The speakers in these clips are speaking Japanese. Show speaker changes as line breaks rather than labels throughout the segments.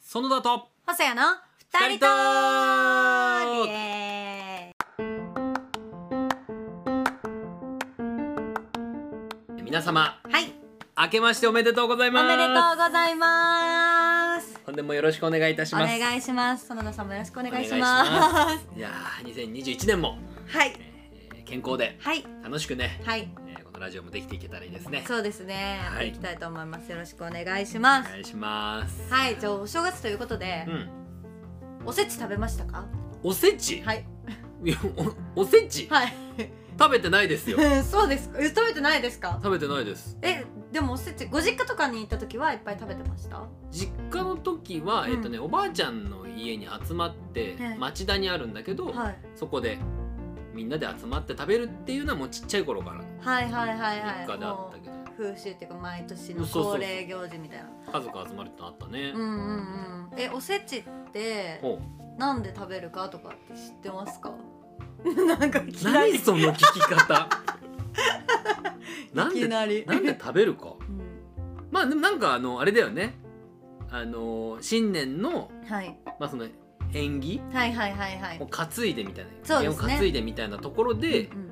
そのだと
細谷の二人とーイエ
皆様
ーイはい
明けましておめでとうござい
お
ます
めでとうございます
本年もよろしくお願いいたし
お
ます
願いします園田さんもよろしくお願いし
お願
ま
いやー2021年も、
すはい
えー健康で
はい
楽しくね、
はい
えーこのラジオもできていけたらいいですね
そうですねやっ
は
て
い
いきたいと思いますよろしくお願いしま
お
す
願いします
はいじゃあお正月ということで
うん
おせち食べましたか
おせち、
はい
いやおおせち
はい
食べてないですよ
そうですかえ食べてないですか
食べてないです
えでもおせちご実家とかに行った時はいっぱい食べてました
実家の時は、
うん
えっとねおばあちゃんの家に集まって、
はい
町田にあるんだけど、
はい
そこでみんなで集まって食べるっていうのはもうちっちゃい頃から
はいはいはいはい
日課であったけど、
風習っていうか毎年
そうそ
の
うそう
恒例行事みたいな
家族集まるってのあったね、
うんうんうんえおせちって
ほう
なんで食べるかとかって知ってま すかなんかいきな
何
り
その聞き 方なん
いき
で
なり
なんで食べるか
うん
まあでもなんかあのあれだよねあの新年の,、
はい、
まあ、その縁起
はいはいはいはい
を担いでみたいな
そうですね
縁を担いでみたいなところで、
うん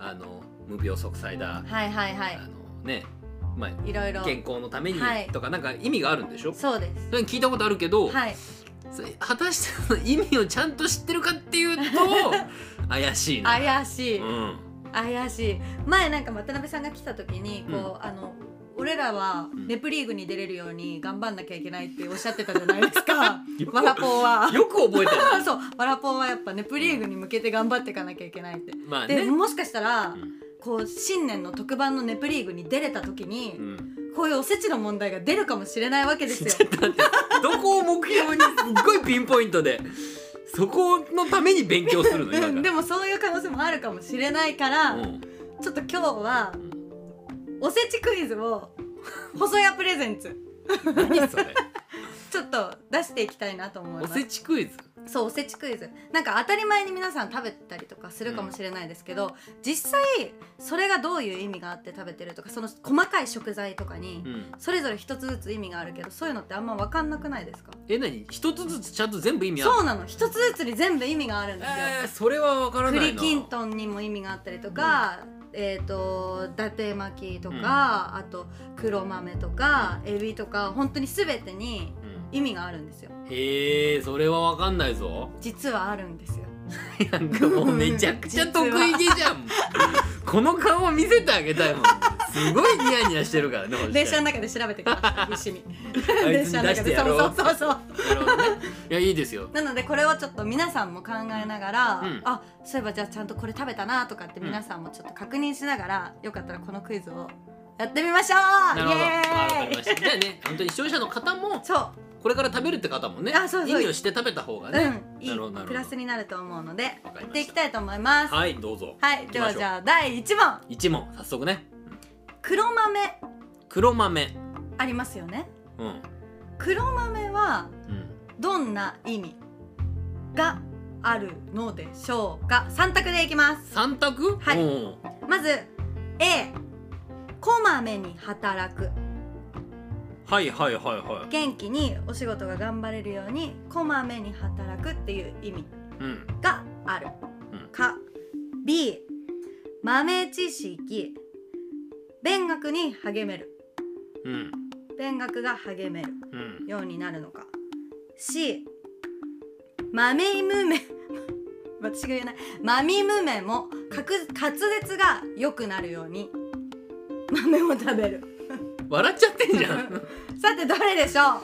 あの無病息災だ、
はいはいは
あのねまあ
いいろいろ
健康のために
はい
とかなんか意味があるんでしょ、
そうです
それ聞いたことあるけど、
はい
それ果たしてその意味をちゃんと知ってるかっていうと怪しいな。
怪しい、
うん
怪しい前なんか渡辺さんが来た時にこう、あの俺らは
ん
ネプリーグに出れるように頑張んなきゃいけないっておっしゃってたじゃないです か
よく
マラポーは
よく覚えてるね。
そうマラポンはやっぱネプリーグに向けて頑張っていかなきゃいけないって。
まあ
で
ね。
もしかしたら、
ん
こう新年の特番のネプリーグに出れた時に、
うん
こういうおせちの問題が出るかもしれないわけですよ。
どこを目標にすっごいピンポイントでそこのために勉強するの今から。
でもそういう可能性もあるかもしれないから、ちょっと今日は
うん
おせちクイズを細谷プレゼンツ
何それ
ちょっと出していきたいなと思い
お
ます。
せちクイズ
そうおせちクイズなんか当たり前に皆さん食べたりとかするかもしれないですけど、実際それがどういう意味があって食べてるとかその細かい食材とかに
うん
それぞれ一つずつ意味があるけどそういうのってあんま分かんなくないですか
え何一つずつちゃんと全部意味ある
そうなの一つずつに全部意味があるんですよ、
えー、それはわからないな
栗きんとんにも意味があったりとか、えっ、と伊達巻きとか、あと黒豆とかエビとか本当に全てに
うん
意味があるんですよ
へえそれはわかんない ぞ
実はあるんですよ
なんかもうめちゃくちゃ得意げじゃん。この顔を見せてあげたいもん。すごいニヤニヤしてるからね。
電車の
の
中で調べてきまし た必死に
あい
電
つ
車
に出し
の中
て
で
や
そ
ろう
うそうそうそう
なるほどね。いやいいですよ。
なのでこれをちょっと皆さんも考えながら、
うん
あそういえばじゃあちゃんとこれ食べたなとかって皆さんもちょっと確認しながら、よかったらこのクイズをやってみましょ う
なるほど。あわか
イエ
り
ー
ま
イ
した。じゃあね、本当に視聴者の方も
そう
これから食べるって方もね、
あそうそう
意味をして食べた方がね、
うんい
なるほどないるほど
プラスになると思うので
わか
や
り
っ
ま
てい
し
き
た。
たいと思いますはい、
はい、どうぞ。
ではじ
あ。
ゃあ第1問
一問早速ね。
黒豆
黒豆。
ありますよね
うん。う
黒豆は
ん。
どんな意味があるのでしょうか3択でいきます
三択？
はい
うん
まず A こまめに働く
はいはいはいは
元気にお仕事が頑張れるようにこまめに働くっていう意味
い。うん。
がある
うん
か、B 豆知識勉学に励める
うん。
勉学が励める
うん。
ようになるのか C 豆むめ 私が言えない豆むめも滑舌が良くなるように豆を食べる
笑っちゃってんじゃ ん。
さてどれでしょう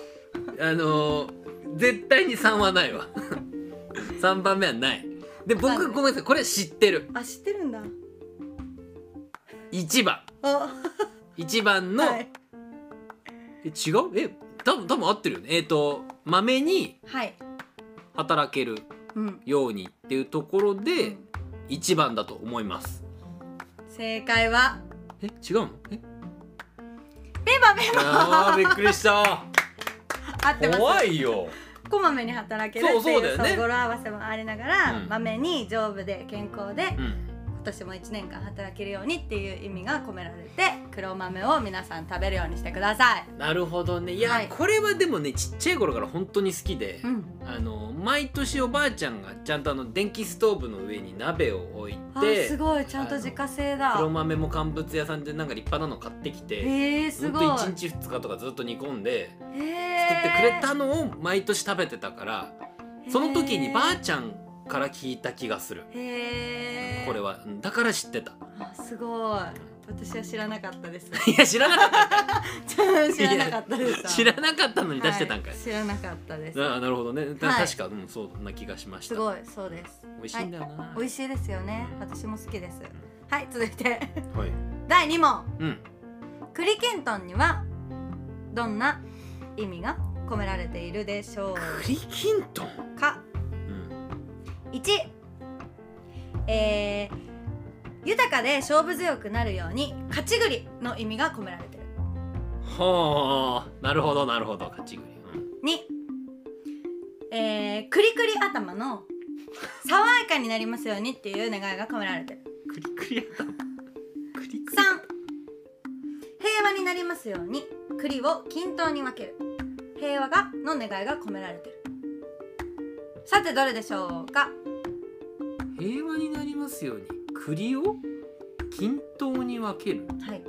あのー、絶対に3はないわ 3番目はないで
なんで
僕ごめんなさいこれ知ってる
あ知ってるんだ
1番
お
1番の、
はい
え違うえ多分多分合ってるよねえっ、とまめに
はい
働ける
うん
ようにっていうところ
う
で
ん
1番だと思います
正解は
え違うのえ
ペバペ
あー
バ
びっくり した
合ってます
いよ
こまめに働けるっていう
そうそうだよね
そう語呂合わせもありながら、
うん
まめに丈夫で健康で
うん
今年も1年間働けるようにっていう意味が込められて黒豆を皆さん食べるようにしてください
なるほどねいや、
はい
これはでもねちっちゃい頃から本当に好きで、
うん
あの毎年おばあちゃんがちゃんとあの電気ストーブの上に鍋を置い
あーす
て
ごいちゃんと自家製だ
黒豆も乾物屋さんでなんか立派なの買ってきて
えー、
ほ
す
んと
ごい
1日2日とかずっと煮込んで
えー
作ってくれたのを毎年食べてたからその時にばあちゃんから聞いた気がする
へー
これはうんだから知ってた
あすごい私は知らなかったです
いや知らなかっ
知らなかったです
た知らなかったのに出してたんかい
はい、知らなかったです
あなるほどね、た
はい
確か、うん、そんな気がしました
すごいそうです
美味しいんだよな、
美味しいですよね私も好きですはい続いて
はい
第2問
うん
栗きんとんにはどんな意味が込められているでしょ
栗きんとん、
うか
うん、
1えー豊かで勝負強くなるように勝ち栗の意味が込められている
はあなるほどなるほど勝ち栗、うん、
2えー、くりくり頭の爽やかになりますようにっていう願いが込められてる
栗栗やった栗栗
3平和になりますように栗を均等に分ける平和がの願いが込められてるさてどれでしょうか
平和になりますように栗を均等に分ける
はい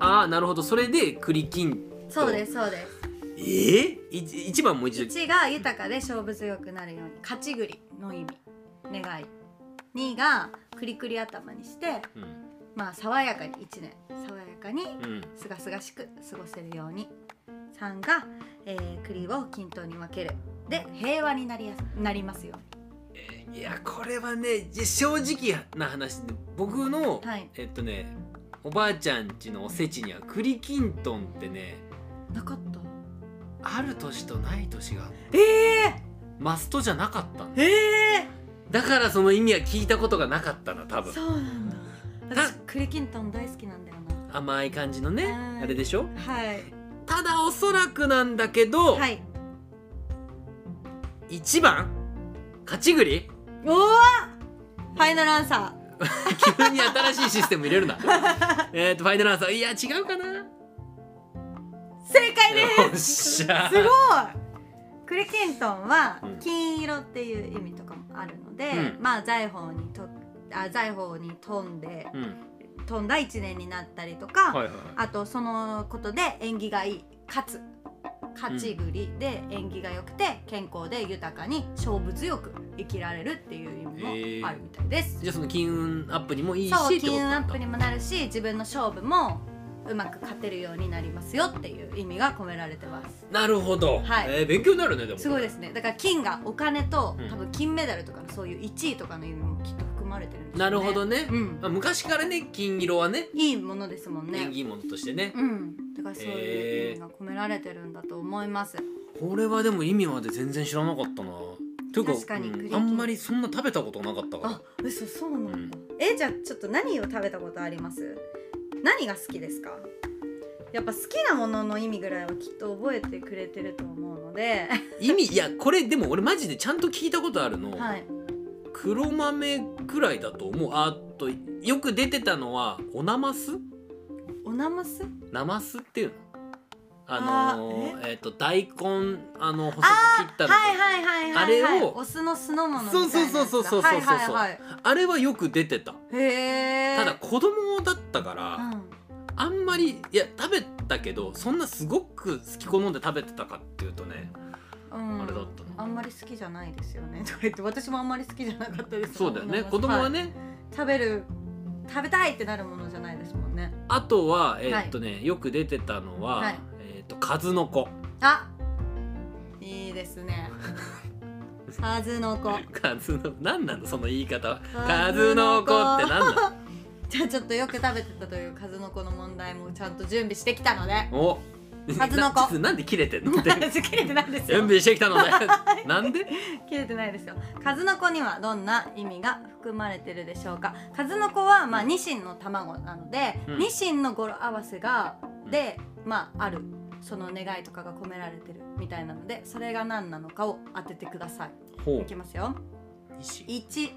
ああなるほどそれで栗きん
そうですそうです
えー、い一番もう一度
1が豊かで勝負強くなるように勝ち栗の意味願い2がくりくり頭にして
うん
まあ爽やかに1年爽やかに
うん
すがすがしく過ごせるように3が、えー、栗を均等に分けるで平和になりやすなりますよ
えーいやこれはねじ正直な話で僕の、
はい
えっとねおばあちゃんちのおせちには栗きんとんってね
なかった
ある年とない年が
え
マストじゃなかったん
ー、え
だからその意味は聞いたことがなかったな多分
そうなんだ
た
私栗きんとん大好きなんだよ
甘い感じのね
はい
あれでしょ
なはい
ただおそらくなんだけど、
はい
一番勝ち栗
おおファイナルアンサ
急に新しいシステム入れる なえっとファイナルアンサーいや違うかな
ー正解で
よっしゃ
すすごい栗きんとんは
うん
金色っていう意味とかもあるので、
うん
まあ財宝にとあ財宝に富んで
うん
飛んだ1年になったりとか、
はいはいはい
あとそのことで縁起がいい勝つ勝ち栗で縁起が良くて健康で豊かに勝負強く生きられるっていう意味もあるみたいです。
じゃあその金運アップにもいいし
そう
ってこと
金運
な
ア
ん
ッ
だ
プにもなるし自分の勝負もうまく勝てるようになりますよっていう意味が込められてます。
なるほど、
はい
えー勉強になるねでも
すごいですねだから金がお金と
うん
多分金メダルとかのそういう1位とかの意味もきっと含まれてるんです
なるほど
ね。
ね、
うん
まあ、昔からね金色はね
いいものですもんね。
縁起物としてね、
うん、だからそういう意味が込められてるんだと思います。
これはでも意味まで全然知らなかったなというか
確かに
うん
栗きん
あんまりそんな食べたことなかったから
あ、嘘そうなんだ。え、じゃあちょっと何を食べたことあります？何が好きですか？やっぱ好きなものの意味ぐらいはきっと覚えてくれてると思うので、
意味いやこれでも俺マジでちゃんと聞いたことあるの、
はい。
黒豆くらいだと思うあとよく出てたのはおなます
おなます？
なますっていうのあのーえっ、と大根あの細く切ったの
はいはいはいはいはい。
あれを
お酢の酢の物みたいなやつだ。
そうそうそうそうそうそうそう
はいはいはい。
あれはよく出てた
へえ。
ただ子供だったから、
うん。
あんまりいや食べたけどそんなすごく好き好んで食べてたかっていうとね
うん、
あれだったな
あんまり好きじゃないですよねとか言って私もあんまり好きじゃなかったです
そうだよね
おなます
子供はね、
い食べる食べたいってなるものじゃないですもんね
あとはえーっとね、よく出てたのは、
はい
えーっと数の子
あいいですね。数 の子。
数の何なのその言い方は
数
数
の
の
子
子って何なの
じゃあちょっとよく食べてたという数の子の問題もちゃんと準備してきたので。
お
数 の子
ななんで切れ てんのって
私切れてないです
準
よ。
備してきたのでなんで
切れてないですよ。数の子にはどんな意味が含まれてるでしょうか。数の子はまあニシンの卵なので、
うん
ニシンの語呂合わせがでまあある。その願いとかが込められてるみたいなのでそれが何なのかを当ててください
ほ
いきますよ
う
1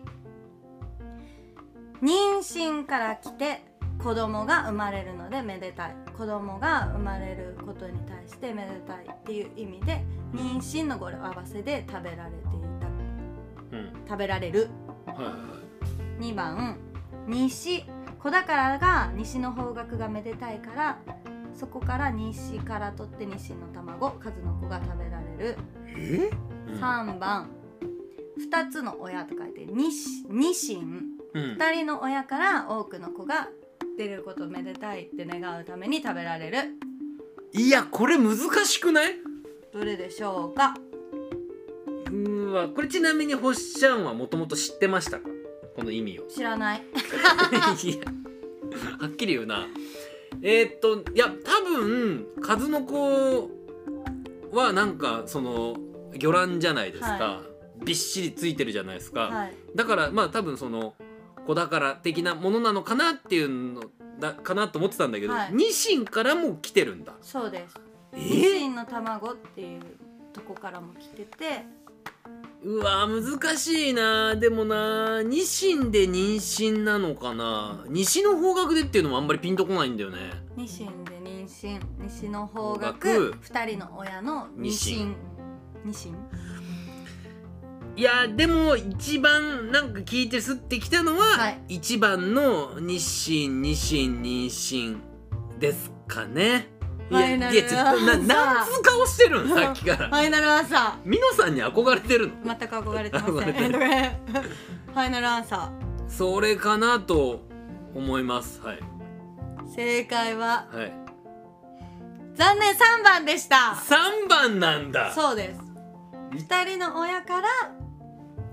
妊娠から来て子供が生まれるのでめでたい子供が生まれることに対してめでたいっていう意味で妊娠の語呂合わせで食べられていた
うん
食べられる
はいはい
2番西子宝が西の方角がめでたいからそこから西から取って西の卵数の子が食べられる
え
3番2つの親と書いて西ニシン
うん
2人の親から多くの子が出ることをめでたいって願うために食べられる
いやこれ難しくない
どれでしょうか
うわこれちなみにほっしゃんはもともと知ってましたかこの意 味を
知らない
いやはっきり言うなえーっといや多分数の子はなんかその魚卵じゃないですか、
は
びっしりついてるじゃないですか、
はい
だからまあ多分その子宝的なものなのかなっていうのだかなと思ってたんだけど、
はい
ニシンからも来てるんだ
そうです
え
ニシンの卵っていうとこからも来てて
うわー難しいなーでもなーニシンで妊娠なのかな西の方角でっていうのもあんまりピンとこないんだよね
ニシンで妊娠西の方
方
角
角
2人の親のニシンニシン
いやーでも一番なんか聞いてすってきたのは、
はい
一番のニシンニシン妊娠ですかねい
ファ
や
イ
い
ナ
や
ル
ちょっとな なんつう顔してるのさっきか
フ
ら
ァイナルアンサ
ミノさんに憧れてるの
ー全く憧れてま せんフ
憧れてる
ァイナルアンサ
それかなと思いますはい
ー正解は
はい
残念3番でした
3番なんだ
そうです2人の親から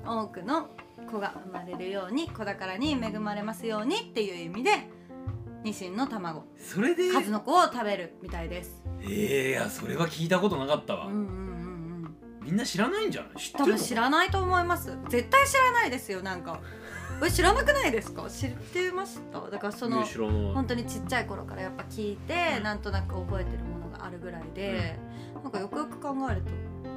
多くの子が生まれるように子宝に恵まれますようにっていう意味でニシンの卵
それで
数の子を食べるみたいです
ええいやそれは聞いたことなかった
う
わ、
んうんうんうん
みんな知らないんじゃない知って
多
るの
分知らないと思います絶対知らないですよなんかえ知らなくないですか知ってましただからそ
い
の
や知らない
本当にちっちゃい頃からやっぱ聞いて、
うん
なんとなく覚えてるものがあるぐらいで、なんかよくよく考える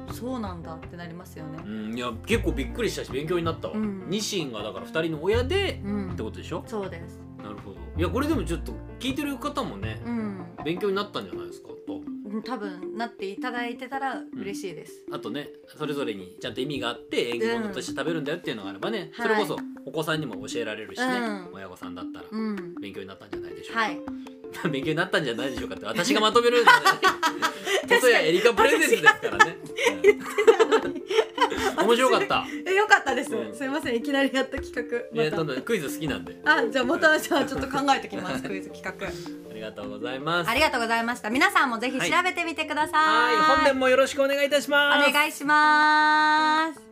とそうなんだってなりますよね
うんいや結構びっくりしたし勉強になったわ、
うん
ニシンがだから2人の親で
うん、
ってことでしょ
そうです
なるほどいやこれでもちょっと聞いてる方もね
うん
勉強になったんじゃないですかと
多分なっていただいてたら嬉しいです、
あとねそれぞれにちゃんと意味があって縁起物として食べるんだよっていうのがあればね、
ん
それこそお子さんにも教えられるしね、
うん
親御さんだったら
うん
勉強になったんじゃないでしょうか、
はい
勉強になったんじゃないでしょうかって私がまとめるの で元やエリカプレゼンツですからねうん面白か った
えよかったです、
うん
すいませんいきなりやった企
いや
画
どん
ま
どんクイズ好きなんで
たあじゃあまたじゃ あちょっと考えときますクイズ企画
ありがとうございます
あ
はい
りがとうございました。皆さんもぜひ調べてみてください。
本年もよろしくお願いいたします
お願いします。